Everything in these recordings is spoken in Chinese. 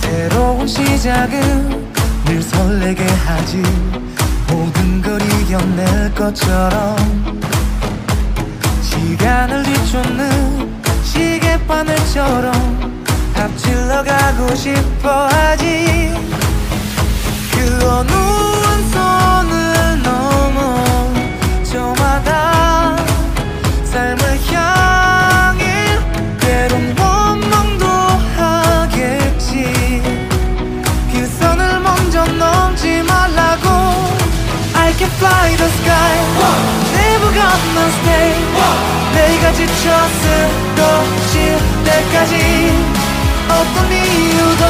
새로운 시작은 늘 설레게 하지 모든 걸 이겨낼 것처럼 시간을 뒤쫓는 시계바늘처럼 앞질러 가고 싶어 하지 그 어느 한 선을 넘어 저마다 삶을 향해 때론 원망도 하겠지 그 선을 먼저 넘지 말라고 I can fly the sky Never gonna stay 내가 지쳐 쓰러질 때까지 어떤 이유도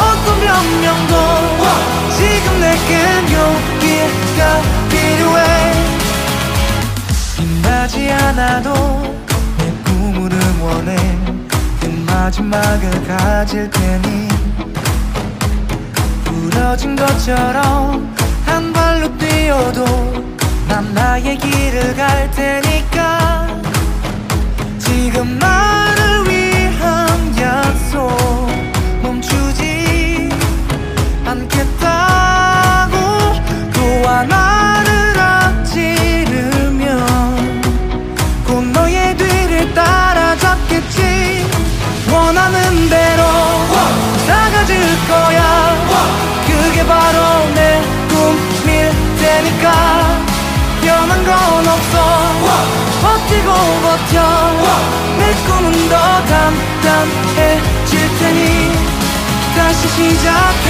어떤 변명도 지금 내겐 용기가 필요해 빛나지 않아도 내 꿈을 응원해 그 마지막을 가질 테니 부러진 것처럼 한 발로 뛰어도 난 나의 길을 갈 테니까 지금 나를 위한 약속 멈추지 않겠다고 또한 나를 앞지르면 곧 너의 뒤를 따라잡겠지 원하는 대로 사가질 거야 그게 바로 내 꿈일 테니까 변한 건 없어 버티고 버텨 내 꿈은 더 단단해질 테니 다시 시작해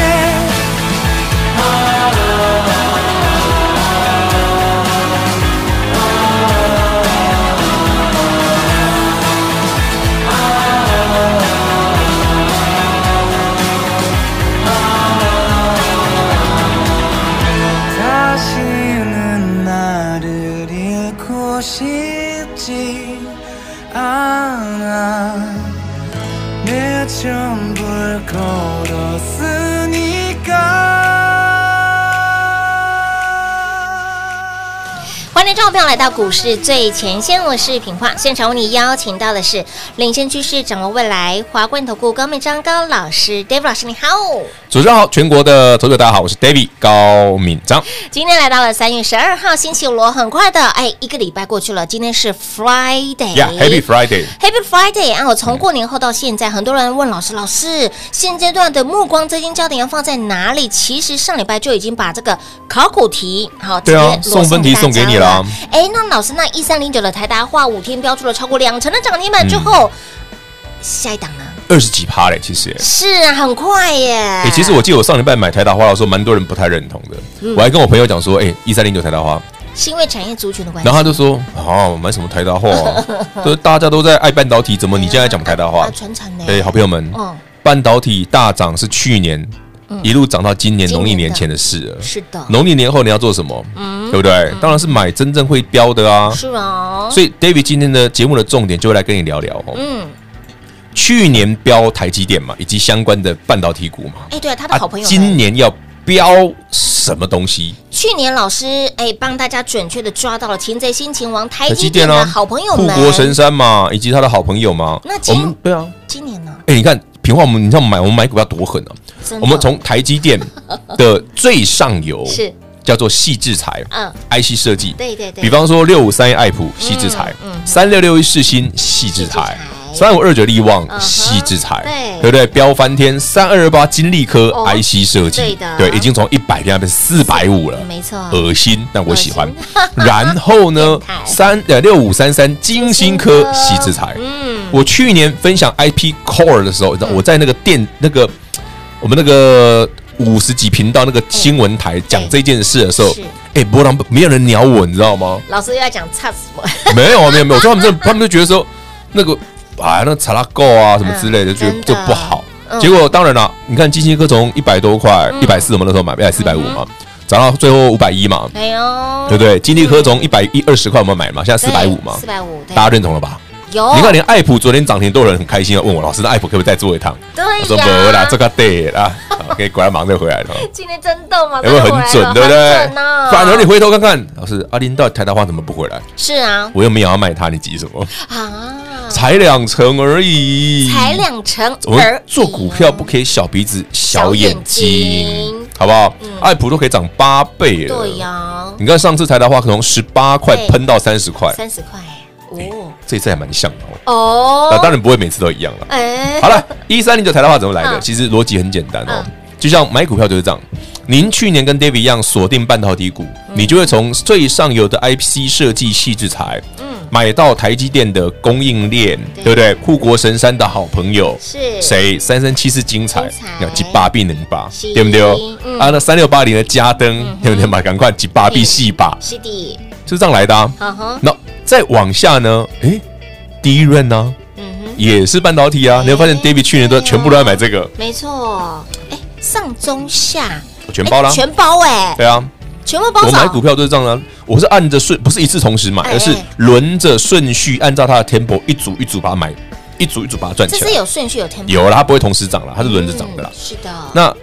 다시는 나를 잃고 싶지 않아 내 전부를 걸었으니까 欢迎听众朋友来到股市最前线，我是品化。现场为你邀请到的是领先趋势、掌握未来华冠投顾高明章高老师，David 老师，你好。主持人好，全国的投资者大家好，我是 David 高敏章。今天来到了三月十二号星期五了，很快的，哎，一个礼拜过去了，今天是 Friday。 Yeah，Happy Friday！ Happy Friday 啊！我嗯从过年后到现在，很多人问老师，老师现阶段的目光资金焦点要放在哪里？其实上礼拜就已经把这个考古题好对啊直接裸送分题大家送给你了啊哎，那老师，那一三零九的台达化五天标出了超过两成的涨停板之嗯后，下一档呢？二十几趴嘞，其实耶。是啊，很快耶！哎、其实我记得我上礼拜买台达花的时候，蛮多人不太认同的。我还跟我朋友讲说，哎、一三零九台达花，是因为产业族群的关系然后他就说，哦，买什么台达花、啊？就是大家都在爱半导体，怎么你现在讲台达花啊，？传承呢？哎、好朋友们，嗯，半导体大涨是去年、一路涨到今年今年农的历年前的事了。是的，农历年后你要做什么？对不对？当然是买真正会标的啊。是哦，所以 David 今天的节目的重点就会来跟你聊聊哦。嗯，去年标台积电嘛，以及相关的半导体股嘛。哎，对啊，他的好朋友呢今年要标什么东西？去年老师哎帮大家准确的抓到了擒贼先擒王台台哦积电哎的好朋友护们，国神山嘛，以及他的好朋友嘛。那我今们对啊，今年呢？哎，你看平话，我们你知道买我们买股票多狠啊真！的我们从台积电的最上游 是叫做细制材，嗯，IC 设计，对对对比方说六五三一爱普细制材嗯，三六六一世新细制材细，制三五二九力旺哼细制材，对对不对？飙翻天，三二二八金利科哦 IC 设计，对的已经从一百变成四百五了，没错恶心，但我喜欢恶。然后呢 变态，三呃六五三三金星科金细星科制材，嗯，我去年分享 IP Core 的时候，你知道我在那个电那个我们那个五十几频道那个新闻台讲这件事的时候嗯是，哎，波浪没有人鸟我，你知道吗？老师又要讲差死 我，没有啊，没有 哎没有，我知道他们这他们就觉得说那个啊，那查拉够啊什么之类的，嗯觉得真的就不好。嗯结果当然了，你看基新科从一百多块，嗯一百四我们那时候买，一百哎四百五嘛，涨到最后五百一嘛，哎呦，对不对？金利科从一百一二十块我们买嘛，现在四百五嘛四，百哦五，对大家认同了吧？有，你看，连爱普昨天涨停，都有人很开心啊，问我老师，那爱普可不可以再做一 趟？我说对不呀，啦，这个对 啦，好，OK，果然忙着回来了，今天真的嘛，有没有真的很回来了准，对不对哎很准哦啊呢？反而你回头看看，老师阿林到底台达花怎么不回来？是啊我又没有要卖它，你急什么？啊，才两成而已，才两成嗯我们而做股票不可以小鼻子小小眼眼睛睛，好不好？爱普都可以涨八倍已了。嗯对呀，你看上次台达花可能十八块对喷到三十块，三十块哦这一次还蛮像的哦。哎那当哦，然不会每次都一样了。哎 好了，一三零九台达化怎么来的？嗯其实逻辑很简单哦嗯，就像买股票就是这样。您去年跟 David 一样锁定半导体股，嗯你就会从最上游的 IPC 设计细制材，嗯，买到台积电的供应链，对对不对？护国神山的好朋友是谁？三三七四精彩精彩，要几把必能把是，对不对？嗯啊，那三六八零的嘉登，对不对嘛？赶快几把必细把，是的，就是这样来的啊。嗯哼，那再往下呢？诶，第一润啊呢？嗯哼，也是半导体啊。你会发现哎，David 去年都对啊全部都在买这个，没错，哎，上中下全包啦哎。全包哎，对啊，全部包我少买股票就是这样啊，我是按着顺，不是一次同时买，哎哎而是轮着顺序，按照它的 tempo 一组一组把它买，一组一组把它赚这起是来。有顺序有 tempo，啊有啦，它不会同时涨啦，它是轮着涨的啦嗯。是的，那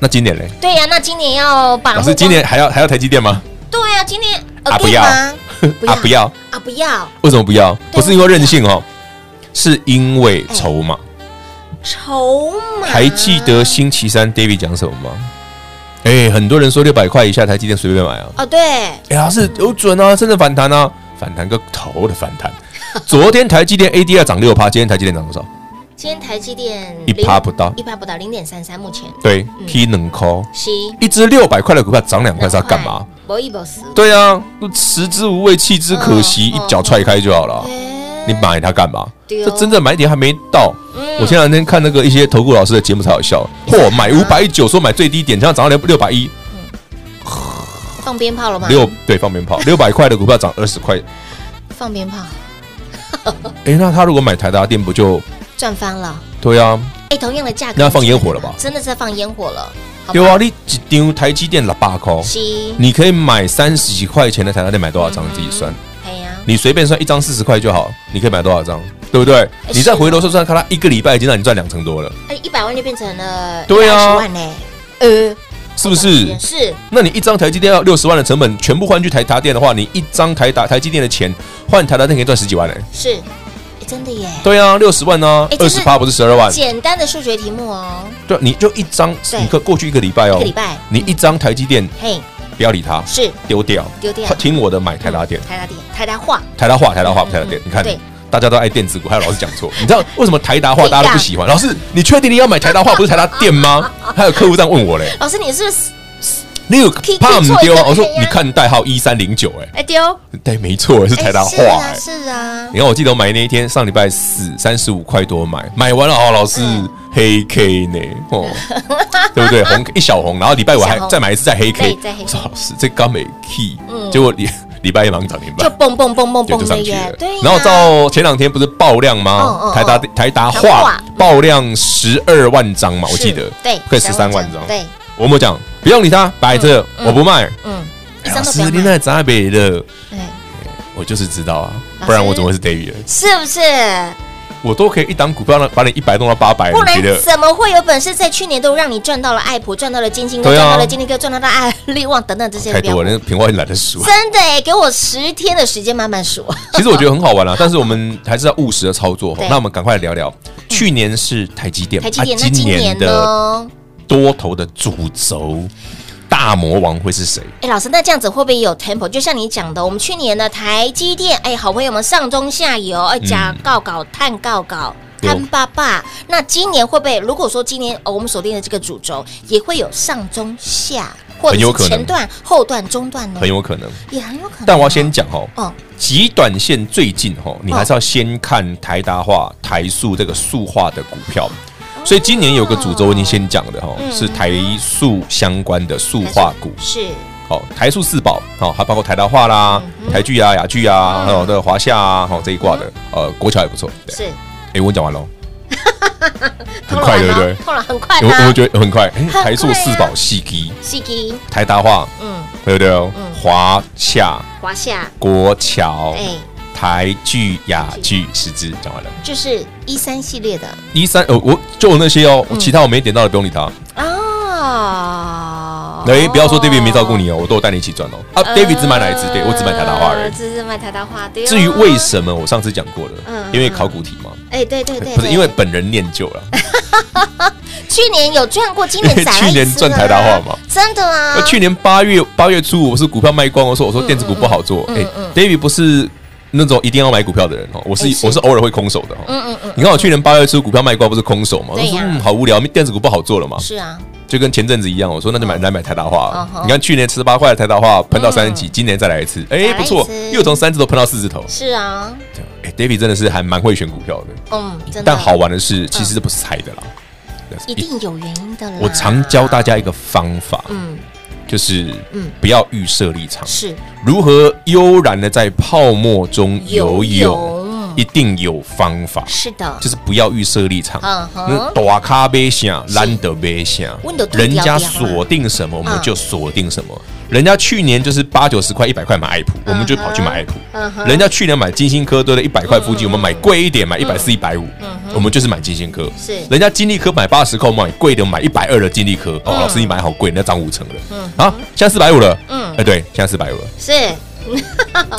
那今年嘞，对呀，那今年要把老目师光今年还要还要台积电吗？对呀，今年啊不要 again 吗啊，不要，啊不要为什么不要？对啊不是因为任性哦，是因为筹码。筹码，还记得星期三 David 讲什么吗？哎，很多人说六百块以下台积电随便买啊，哦对，哎呀，是有准啊，真的反弹啊，反弹个头的反弹。昨天台积电 ADR 涨六趴，今天台积电涨多少？今天台积电一趴不到一趴不到零点三三，目前对，P 能 call，是一只六百块的股票涨两块是要干嘛？？博一博十，对啊，食之无味，弃之可惜，嗯一脚踹开就好了啊。哎你买它干嘛？对哦这真正买点还没到。嗯我前两天看那个一些投顾老师的节目才有笑，嚯，买五百九说买最低点，现在涨到六百一，放鞭炮了吗？六对放鞭炮，六百块的股票涨二十块，放鞭炮哎，那他如果买台达电不就赚翻了，对啊？哎，同样的价格，那放烟火了吧真的是放烟火了，好吧对啊，你一张台积电六百块，是，你可以买三十几块钱的台达电买多少张？自己算，哎呀，你随便算一张四十块就好，你可以买多少张，对不哎对？你再回头算算看，它一个礼拜已经让你赚两成多了，哎，一百万就变成了对啊十万嘞，呃，是不好是吧？是，那你一张台积电要六十万的成本，全部换去台达电的话，你一张台达台积电的钱换台达电可以赚十几万嘞、是，哎真的耶，对啊，六十万呢、哎二真十的趴不是十二万？简单的数学题目哦，对，你就一张，对你可过去一个礼拜一哦个，礼拜，你一张台积电嘿，不要理它，是丢掉，丢掉听我的买台达电。台达电，台达化，台达化，台达化，台达电嗯，你看对，大家都爱电子股，还有老师讲错，你知道为什么台达化对呀大家都不喜欢？老师，你确定你要买台达化不是台达 电吗？还有客户这样问我嘞，老师你是不是你有可以怕可以唔做丢啊一？个我说配呀你看代号一三零九，哎，哎丢，对，没错，是哎台达化是啊哎。是啊，你看，我记得我买那一天，上礼拜四三十五块多买，买完了哦，老师嗯黑 K 呢， 哦，对不对？红一小红，然后礼拜五还一小红再买一次再黑 K，对再黑 K 我说老师这刚没 key，嗯结果礼礼拜一马上涨停板就，蹦蹦蹦蹦就蹦就的上去耶了，。对呀，然后到前两天不是爆量嗯吗嗯？台达嗯台达台达化化爆量十二万张嘛，我是记得对，快十三万13张。对，我们讲不用理它，摆着嗯我不卖。嗯，一哎张老都不师要，你买，那咋北的？哎我就是知道啊老，师不然我怎么会是 David？呢是不是？我都可以一档股票让把你一百弄到八百，不你觉然得？怎么会有本事在去年都让你赚到了爱普，赚到了金星哥，对啊赚到了金立哥，赚到了爱力旺等等这些太标多股了，那平花也懒得数。真的哎，给我十天的时间慢慢数。其实我觉得很好玩 啊，但是我们还是要务实的操作对。嗯那我们赶快聊聊，去年是台积电，台积电啊那今年的呢？多头的主轴大魔王会是谁？哎，老师，那这样子会不会有 tempo？就像你讲的，我们去年的台积电，哎，好朋友们上中下游，哎，加告告、探告告、嗯对探爸爸。那今年会不会？如果说今年、哦、我们锁定的这个主轴，也会有上中下，或者很有是可能前段、后段、中段呢？很有可能。也很有可能哦。但我要先讲哦，哦，极短线最近哈，你还是要先看台达化、台塑这个塑化的股票。所以今年有个主轴，我已经先讲的哈，嗯是台塑相关的塑化股，是好，台塑四宝，好，还包括台达化啦、嗯台剧哦啊、雅剧啊，还有那个华夏啊，好这一挂的，呃，国桥也不错。对，是， 啊哎，我讲完喽，很快对不对？痛了很快我吗我？觉得很快，哎快啊台塑四宝细基、西基，台达化，嗯，对不对？华夏、华夏，国桥、哎，台剧、雅剧、十字，讲完了。就是一三系列的一三，呃，我就有那些哦，嗯我其他我没点到的不用理他。哦啊。哎，不要说 David 没照顾你哦，我都有带你一起赚哦。啊呃，David 只买哪一只？对我只买台达化而已。只是买台达花。对哦至于为什么，我上次讲过了嗯，因为考古题嘛，哎，对对对，不是对因为本人念旧了，去年有赚过，今年因为攒了 去一年次赚啊台达化嘛呃真的啊 嗯那，去年八月八月初，我是股票卖光，我说我说电子股不好做。哎，David 不是那种一定要买股票的人哦，我是哎是我是偶尔会空手的哦。嗯嗯嗯，你看我去年八月初股票卖光，不是空手嘛？我就对说呀嗯，好无聊，电子股不好做了嘛，是啊，就跟前阵子一样，我说那就买来买台达嗯化哼。你看去年十八块的台达化喷到三十几，今年再来一次，嗯来一哎，次不错，又从三字头喷到四字头。是啊，哎，David 真的是还蛮会选股票的，嗯，真的。嗯但好玩的是，其实这不是猜的啦。一定有原因的啦。我常教大家一个方法，嗯，就是嗯不要预设立场。是如何悠然的在泡沫中游游泳，一定有方法，是的，就是不要预设立场。嗯哼那大咖杯下，兰德杯下我们就，对人调家调啊锁定什么，我们嗯就锁定什么。人家去年就是八九十块、一百块买爱普，我们就跑去买爱普。嗯人家去年买金星科都在一百块附近，我们买贵一点，买一百四、一百五，我们嗯就是买金星科。是人家金利科买八十块，我们买贵的，买一百二的金利科。哦，老师你买好贵，人家涨五成了。啊，现在四百五了。嗯，哎，对，现在四百五了，是，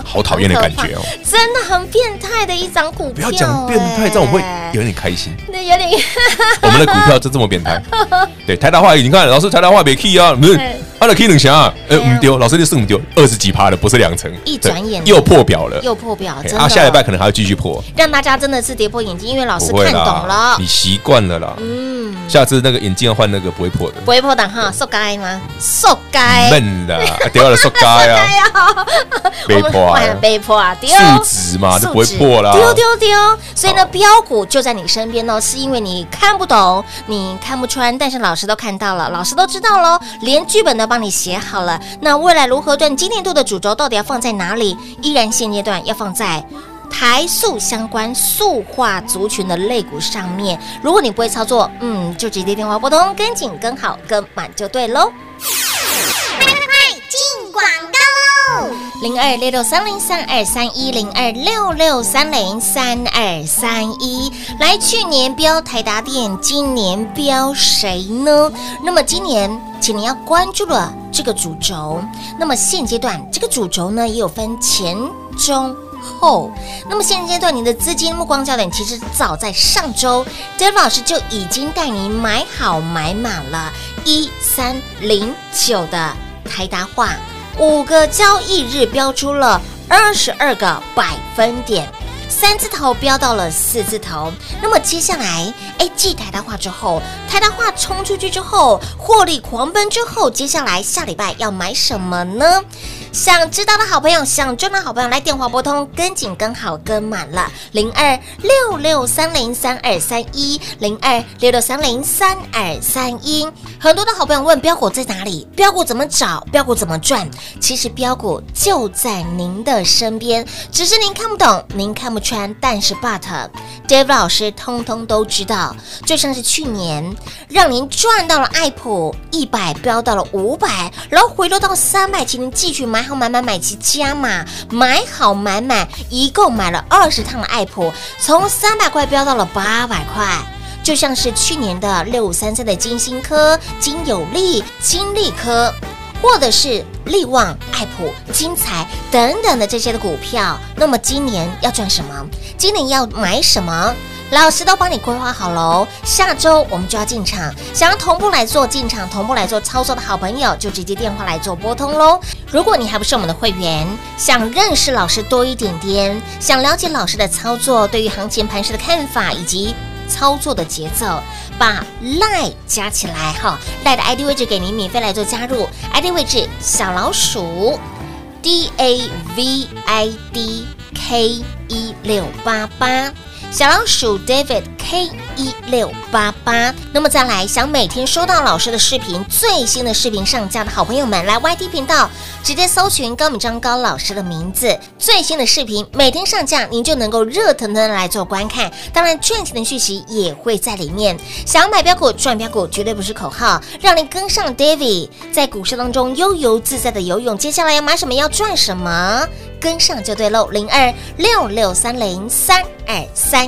好讨厌的感觉哦。真的很变态的一张股票。哎不要讲变态，这样我会有点开心。那有点 我们的股票就这么 变态。对，台达化，你看老师台达化别 key 啊，不是对，他的 key 冷霞，哎，对啊唔丢，老师就是唔丢，二十几趴的，不是两成，一转眼。对又破表了又破表，嘿真的。啊，下礼拜可能还要继续破，让大家真的是跌破眼镜，因为老师不会看懂啦了，你。习惯了啦。嗯，下次那个眼镜要换那个不会破的，不会破档哈，受该吗？受该。闷的，啊丢了 说该哎啊， 被破啊，被破啊，丢数值嘛就不会破啦丢丢丢。所以呢，好标股就在你身边哦，是因为你看不懂，你看不穿，但是老师都看到了，老师都知道喽，连剧本都帮你写好了。那未来如何对你今年度的主轴到底要放在哪里？依然现阶段要放在。台塑相关塑化族群的类股上面，如果你不会操作，嗯，就直接电话拨通，跟紧、跟好、跟满就对喽。零二六六三零三二三一零二六六三零三二三一。来，去年标台达电，今年标谁呢？那么今年，请您要关注了这个主轴。那么现阶段，这个主轴呢，也有分前中。后，那么现阶段你的资金目光焦点，其实早在上周，David 老师就已经带你买好买满了一三零九的台达化，五个交易日标出了二十二个百分点，三字头飙到了四字头。那么接下来，哎，继台达化之后，台达化冲出去之后，获利狂奔之后，接下来下礼拜要买什么呢？想知道的好朋友，想赚的好朋友，来电话拨通，跟紧、跟好、跟满了，零二六六三零三二三一，零二六六三零三二三一。很多的好朋友问标股在哪里，标股怎么找，标股怎么赚？其实标股就在您的身边，只是您看不懂，您看不穿。但是 but Dave 老师通通都知道，就像是去年让您赚到了爱普一百，飙到了五百，然后回落到三百，请您继续买好买买买齐加码，买好买买，一共买了二十趟的爱普，从三百块飙到了八百块。就像是去年的六五三三的金星科、金有利、金利科，或者是利旺、爱普、金财等等的这些的股票，那么今年要赚什么？今年要买什么？老师都帮你规划好喽，下周我们就要进场。想要同步来做进场、同步来做操作的好朋友，就直接电话来做拨通喽。如果你还不是我们的会员，想认识老师多一点点，想了解老师的操作，对于行情盘势的看法以及操作的节奏，把 Line 加起来哈，Line 的 ID 位置给您免费来做加入，ID 位置小老鼠 D A V I D K 一六八八。小老鼠 David K 一六八八。那么再来，想每天收到老师的视频，最新的视频上架的好朋友们，来 YT 频道直接搜寻高敏章高老师的名字，最新的视频每天上架，您就能够热腾腾的来做观看。当然，赚钱的讯息也会在里面。想要买标股赚标股，绝对不是口号，让您跟上 David 在股市当中悠游自在的游泳。接下来要买什么，要赚什么，跟上就对喽。零二六六三零三二三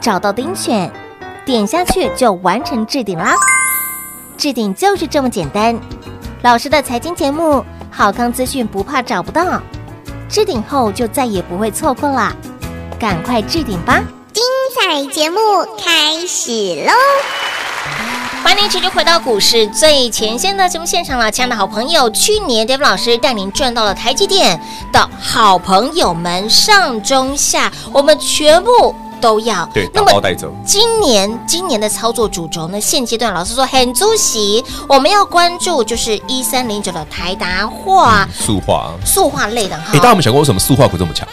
找到钉选，点下去就完成置顶啦。置顶就是这么简单。老师的财经节目，好康资讯不怕找不到，置顶后就再也不会错过啦，赶快置顶吧！彩节目开始喽！欢迎持续回到股市最前线的节目现场了，亲爱的好朋友，去年 David 老师带您赚到了台积电的好朋友们，上中下我们全部都要。对，打那包么带走。今年今年的操作主轴呢，现阶段老师说很出息，我们要关注就是一三零九的台达化。塑化啊，塑化类的哈哎、，大家有没有想过为什么塑化股这么强？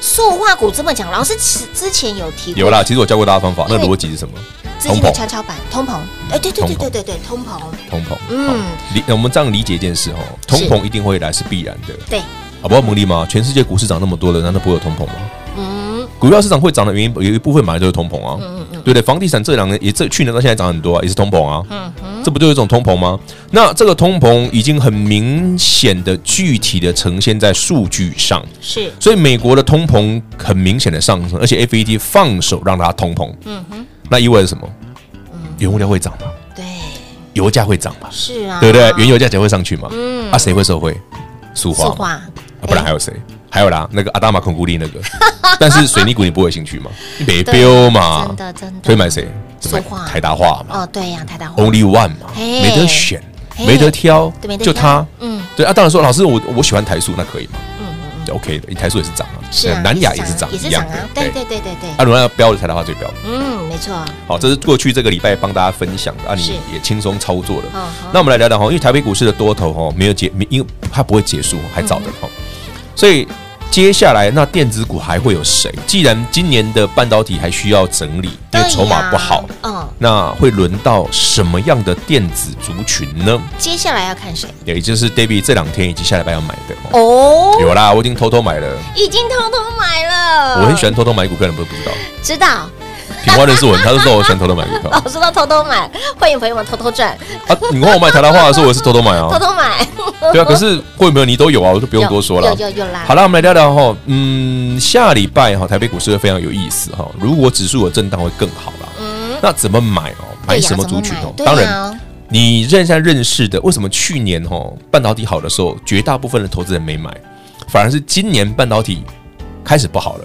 塑化股这么讲，老师之之前有提过，有啦，其实我教过大家方法，那因为逻辑是什么？资金通的膨跷跷板，通膨，哎，对对对对对对，通膨，通膨。嗯嗯，理我们这样理解一件事哦，通膨一定会来是必然的。对，好不好，蒙利吗？全世界股市涨那么多了，难道不会有通膨吗？嗯，股票市场会涨的原因有一部分本来就是通膨啊，对不对？房地产这两年也这去年到现在涨很多啊，也是通膨啊，嗯这不就是一种通膨吗？那这个通膨已经很明显的具体的呈现在数据上，是所以美国的通膨很明显的上升，而且 FED 放手让它通膨，嗯那意味着什么？原物料会涨嘛，对，油价会涨嘛，是啊，对不对？原油价钱会上去嘛，嗯啊，谁会受惠？塑塑化嘛，化，啊不然还有谁？哎还有啦，那个阿达玛孔古力 那个，但是水泥股你不会有兴趣吗？没标嘛，真的真的啊所以买谁？就买塑化台达化嘛哦，对呀，台达化， ，Only One 嘛，嘿没得选，嘿没得挑对没，得就挑它。嗯，对啊，当然说老师我我喜欢台塑，那可以嘛？嗯，OK 的，台塑也是涨啊，是啊，南亚也是涨也是一涨样啊的，，对对。对对啊，对，如果要标的台达化最标，嗯，没错，好，这是过去这个礼拜帮大家分享的啊，是你也轻松操作了。嗯哼那我们来聊聊哈，因为台北股市的多头哈没有结，没因为它不会结束，还早的哈。嗯所以接下来那电子股还会有谁？既然今年的半导体还需要整理，因为对筹码不呀好，嗯，那会轮到什么样的电子族群呢？接下来要看谁？也就是 David 这两天以及下礼拜要买的哦。哦，有啦，我已经偷偷买了。已经偷偷买了，我很喜欢偷偷买股票，你们都不知道。知道，品花认识我，他就知道我喜欢偷偷买 股票老师都偷偷买，欢迎朋友们偷偷赚，啊。你问我买台达化的时候，我也是偷偷买啊偷。偷买，对啊，可是会没有你都有啊，我就不不用多说了。有有有啦，好了，我们来聊聊哈，嗯，下礼拜哈，台北股市会非常有意思哈。如果指数有震荡，会更好啦。嗯，那怎么买哦？对买呀什么怎族群买哦？对啊当然，呀你认下认识的，为什么去年哦半导体好的时候，绝大部分的投资人没买，反而是今年半导体开始不好了。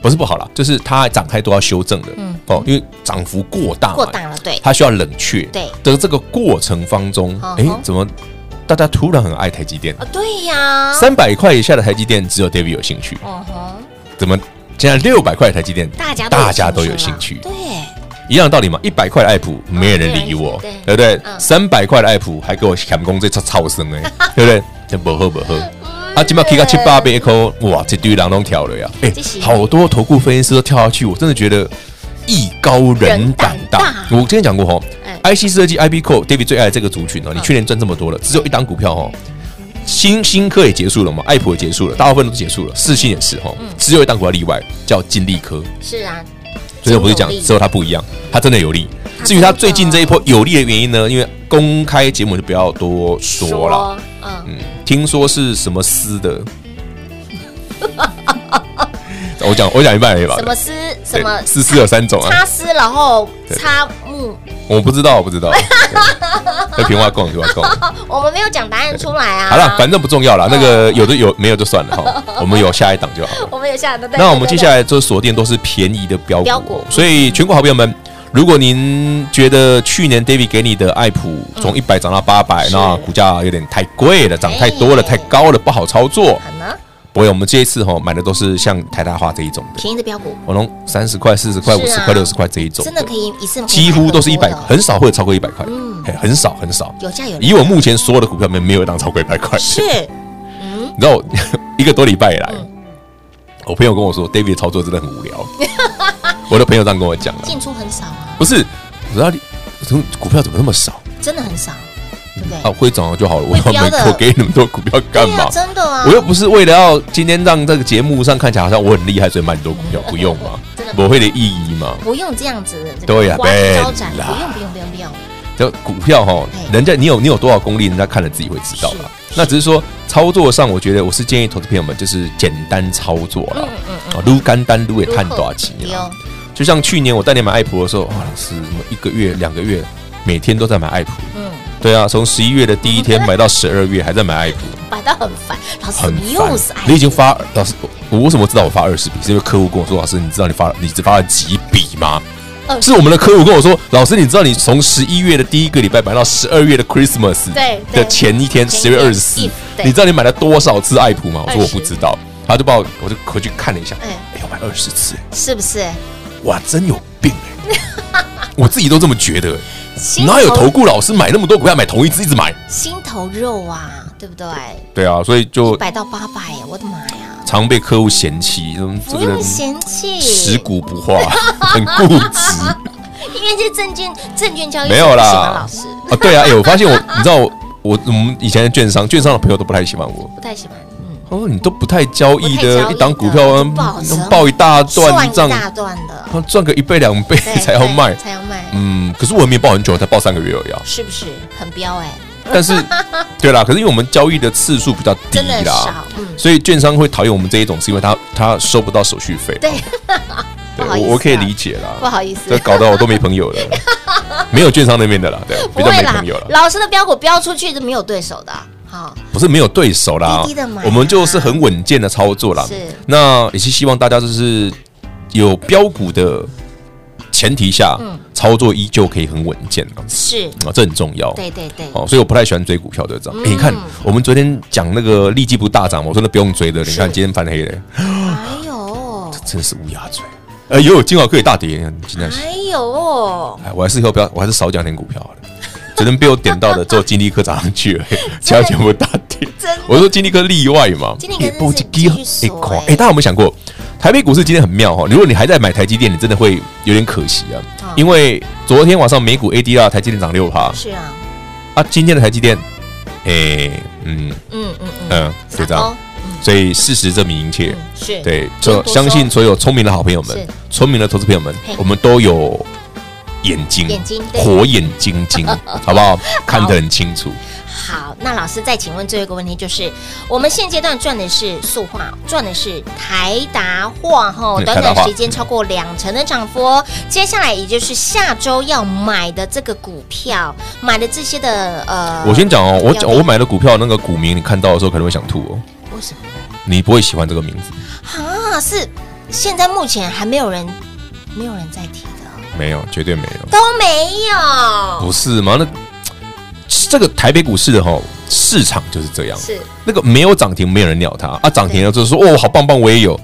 不是不好了，就是它涨太多要修正的、哦，因为涨幅过大嘛，嗯过档了，对，它需要冷却。对的这个过程当中，嗯哎、哼怎么大家突然很爱台积电？啊，对呀，三百块以下的台积电，只有 David 有兴趣。嗯哼，怎么现在六百块的台积电，大家大家都有兴趣对，一样的道理嘛，一百块的爱普没有人理我，没有人理对不对？嗯三百块的爱普还给我砍工这操操声 哎，对不对？这不喝不喝。嗯啊，今麦 K 到七八倍一口，哇，这堆人都跳了呀！哎、这是好多投顾分析师都跳下去，我真的觉得艺高人胆大。人胆大我之前讲过吼、哎嗯 i c 设计 IB Core David 最爱的这个族群哦，你去年赚这么多了，只有一档股票哦，新新科也结束了嘛，爱普也结束了，大部分都结束了，四星也是哦，嗯只有一档股票例外，叫金利科。是啊，所以我不是讲真有力只有它不一样，它真的有利。它至真于它的啊最近这一波有利的原因呢，因为公开节目就不要多说了。，嗯，嗯，听说是什么司 的，我讲我讲一半而已吧什。么丝什嗯对么司司有三种啊擦，丝，然后对擦木，我不知道，我不知道。对平话共，平话 共。我们没有讲答案出来啊。好了，反正不重要了。那个有的有，没有就算 了哈。我们有下一档就好了。我们有下的，对那我们接下来来就锁定都是便宜的标标股股，所以全国好朋友们，如果您觉得去年 David 给你的爱普从一百涨到八百，嗯是那股价有点太贵了，涨太多了，哎太高了，不好操作。很呢，不会，我们这一次哈买的都是像台大化这一种的，便宜的标股我能三十块、四十块、是五十啊块、六十块这一种，真的可以一次买几乎都是一很多百，的很少会有超过一百块，嗯嘿很少很少。有价有量以我目前所有的股票里面，没有一档超过一百块。是你知道我 一个多礼拜以来，嗯我朋友跟我说，David 的操作真的很无聊。 我的朋友这样跟我讲啊，进出很少啊，不是，我知道你怎么股票怎么那么少真的很少，对不对？啊？会涨了就好了，我会要飙买的我给你那么多股票干对嘛啊，？真的啊，我又不是为了要今天让这个节目上看起来好像我很厉害，所以买很多股 票，不用嘛真的，不我会的意义嘛。不用这样子，这个对呀花枝招展，笨啦不用不用不用不用，就股票哈，哎人家你有你有多少功力，人家看了自己会知道啦。那只是说操作上，我觉得我是建议投资朋友们就是简单操作啦，嗯嗯啊，撸干单撸也探多少钱啊丢啦。就像去年我带你买爱普的时候，哇，老师，我一个月、两个月，每天都在买爱普。嗯，对啊，从十一月的第一天买到十二月，还在买 爱普，摆到很烦，老师很你烦又是爱。你已经发老师，我为什么知道我发二十笔？是因为客户跟我说，老师，你知道你发你只发了几笔吗？ 20是我们的客户跟我说，老师，你知道你从十一月的第一个礼拜买到十二月的 Christmas 对对的前一天，前十一月天二十四 if，，对你知道你买了多少次爱普吗？我说我20不知道，他就把我我就回去看了一下，哎哎，我买二十次，是不是？哇，真有病哎、 我自己都这么觉得、欸心哪有投顾老师买那么多股票买同一只一直买？心头肉啊，对不对？对啊，所以就百到八百耶，我的妈呀！常被客户嫌弃，嗯这不个用人嫌弃，食古不化， 很固执。因为这证券证券交易所没有不喜欢啦老师，啊，对啊，哎、我发现我，你知道我，我我们以前的券商，券商的朋友都不太喜欢我。不太喜欢，嗯，他说你都不太交易不太的，交易一档股票的啊不好折嗯爆一大段算账一，大段的，他赚个一倍两倍对 才要对卖。才要卖，嗯，可是我也没报很久，才报三个月而已啊。是不是很彪哎？但是，对啦，可是因为我们交易的次数比较低真的啦少，，嗯，所以券商会讨厌我们这一种，是因为他他收不到手续费。 对，不对好意思我啊我可以理解不啦。好意思这，搞得我都没朋友了， 没有券商那边的啦，对，不比较会没啦朋友了，。老师的标股标出去就没有对手的，好，不是没有对手啦滴滴的买啊，我们就是很稳健的操作啦是。那也是希望大家就是有标股的前提下，嗯操作依旧可以很稳健啊，是，啊，这很重要。对嗯对对，哦，所以我不太喜欢追股票的这样。诶你看，我们昨天讲那个利基不大涨嘛，我说那不用追的。你看今天翻黑了，哎 呦，真是乌鸦嘴。哎呦，金豪可以大跌，今天是哎呦，哎，我还是以后不要，我还是少讲点股票好了。昨天被我点到的，只有金利科涨上去而已，其他全部大跌。 真的我说金利科例外嘛，金利科真是哎不继金利科续锁哎看哎哎，大家有没有想过，台北股市今天很妙哈、哦？如果你还在买台积电，你真的会有点可惜啊，嗯因为昨天晚上美股 ADR 台积电涨六趴是啊，啊，今天的台积电，哎，嗯嗯嗯嗯，嗯，就这哦样，，所以事实证明一切。嗯是，对，多所说相信所有聪明的好朋友是们，聪明的投资朋友们嘿，我们都有眼睛，眼睛对火眼 金睛，好不好？看得很清楚。好，那老师再请问最后一个问题，就是我们现阶段赚的是塑化，赚的是台达化哈，嗯短台达短化时间超过两成的涨幅哦。接下来也就是下周要买的这个股票，买的这些的呃，我先讲哦，我要讲不要我买的股票那个股名，你看到的时候可能会想吐哦，为什么你不会喜欢这个名字，啊？是现在目前还没有人，没有人在提的，没有，绝对没有，都没有，不是吗？那这个台北股市的哈、市场就是这样，是那个没有涨停，没有人鸟它啊，涨停了就是说哦，好棒棒，我也有。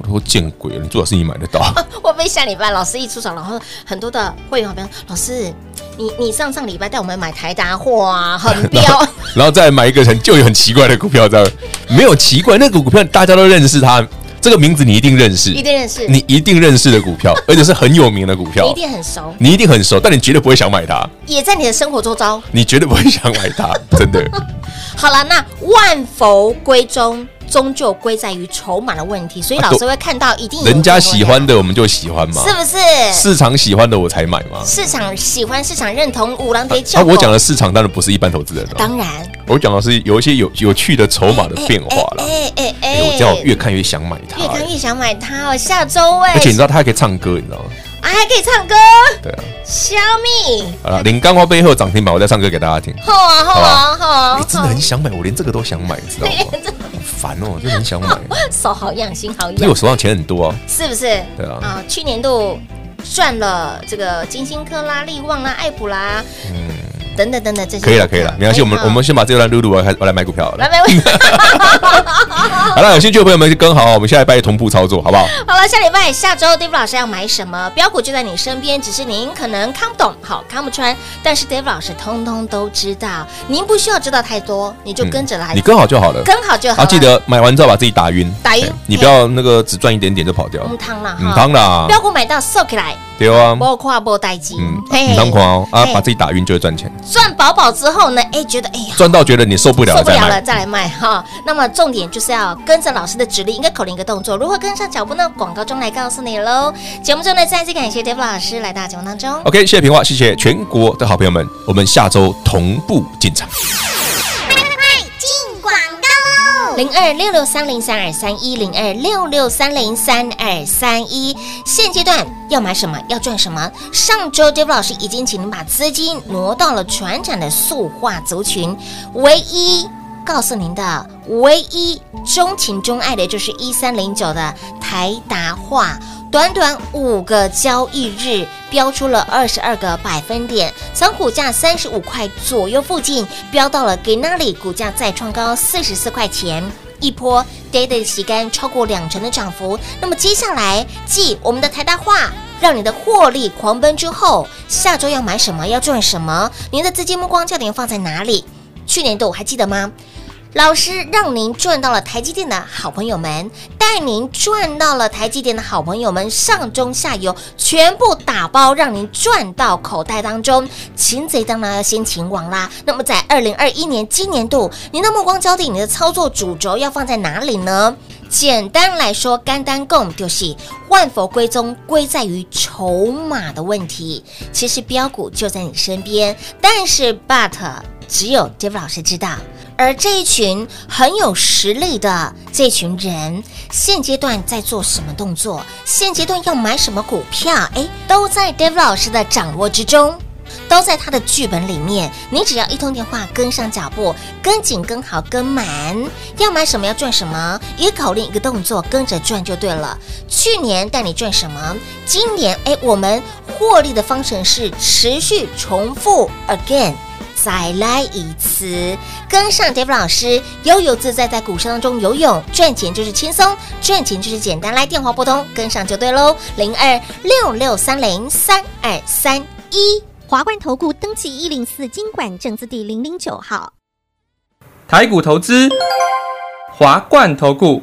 我说见鬼了，你最好是你买得到。会不会下礼拜老师一出场，然后很多的会员好朋友，老师，你你上上礼拜带我们买台达货啊， 很然彪后，然后再买一个很旧又很奇怪的股票，这样没有奇怪，那个股票大家都认识它，这个名字你一定认识，一定认识，你一定认识的股 票，而且是很有名的股你一票，定很熟，你一定很熟，但你绝对不会想买它，也在你的生活周遭。你绝对不会想买 它，真的。好了，那万佛归宗，终究归在于筹码的问题，所以老师会看到一定有啊人家喜欢很的我们就喜欢嘛多，人是不是？市场喜欢的我才买嘛。市场喜欢，市场认同，五郎得叫、啊，我讲的市场当然不是一般投资人了，当然我讲的是有一些有有趣的筹码的变化啦。哎哎哎哎，我这样我越看越想买它越，看越想买它哦，下周哎、而且你知道它还可以唱歌，你知道吗？啊还可以唱歌，对啊，小米，好了，领钢花背后涨停板，我再唱歌给大家听。吼啊吼啊吼你啊，哎真的很想买，我连这个都想买，你知 道吗？很烦哦，真的很想买，手好痒，心好因为我痒，手上钱很多啊。是不是？对啊去年度赚了这个金星科啦、利旺啦、艾普啦，等等等等这些，嗯可以了，可以了，没关系，我们哎我们先把这段录录完，开我来买股票好来了。来来，好了，有兴趣的朋友们就跟好，我们下礼拜同步操作，好不好？ 好了，下礼拜下周 Dave 老师要买什么标股就在你身边，只是您可能看不懂，好看不穿，但是 Dave 老师通通都知道，您不需要知道太多，你就跟着来，嗯你跟好就好了。跟好就好啊，了。记得买完之后把自己打晕，打晕哎嘿你不要那个只赚一点点就跑掉嗯，。汤啦嗯，哈，当啦，标股买到瘦起来，对啊，包括波代机，嗯，嘿嗯当狂哦啊，嘿把自己打晕就会赚钱，赚饱饱之后呢，哎，觉得哎呀。赚到觉得你受不了受了不再了了，买。再来卖哈。那么重点就是要跟着老师的指令，一个口令一个动作。如何跟上脚步呢？广告中来告诉你喽。节目中呢，再次感谢 Dave 老师来到节目当中。 OK，谢谢平话，谢谢全国的好朋友们，我们下周同步进场。零二六六三零三二三一零二六六三零三二三一。现阶段要买什么，要赚什么？上周 Dave 老师已经请您把资金挪到了船产的塑化族群，唯一。告诉您的唯一钟情钟爱的就是一三零九的台达化，短短五个交易日飙出了二十二个百分点，从股价三十五块左右附近飙到了给那里，股价再创高四十四块钱。一波 day day 的旗杆超过两成的涨幅，那么接下来继我们的台大化让你的获利狂奔之后，下周要买什么，要赚什么，您的资金目光焦点放在哪里？去年度还记得吗？老师让您赚到了台积电的好朋友们，带您赚到了台积电的好朋友们，上中下游全部打包，让您赚到口袋当中。擒贼当然要先擒王啦。那么在二零二一年今年度，您的目光焦点、你的操作主轴要放在哪里呢？简单来说，干单共就是万佛归宗，归在于筹码的问题。其实标股就在你身边，但是 but 只有 Dave 老师知道。而这一群很有实力的这群人，现阶段在做什么动作？现阶段要买什么股票？诶，都在 Dave 老师的掌握之中。都在他的剧本里面。你只要一通电话跟上脚步，跟紧、跟好、跟满，要买什么要赚什么，一个口令一个动作，跟着赚就对了。去年带你赚什么，今年哎，我们获利的方程式持续重复 again。再来一次，跟上 Dave 老师，悠游自在在股市当中游泳，赚钱就是轻松，赚钱就是简单。来电话拨通，跟上就对喽，零二六六三零三二三一。华冠投顾登记一零四经管证字第零零九号。台股投资，华冠投顾。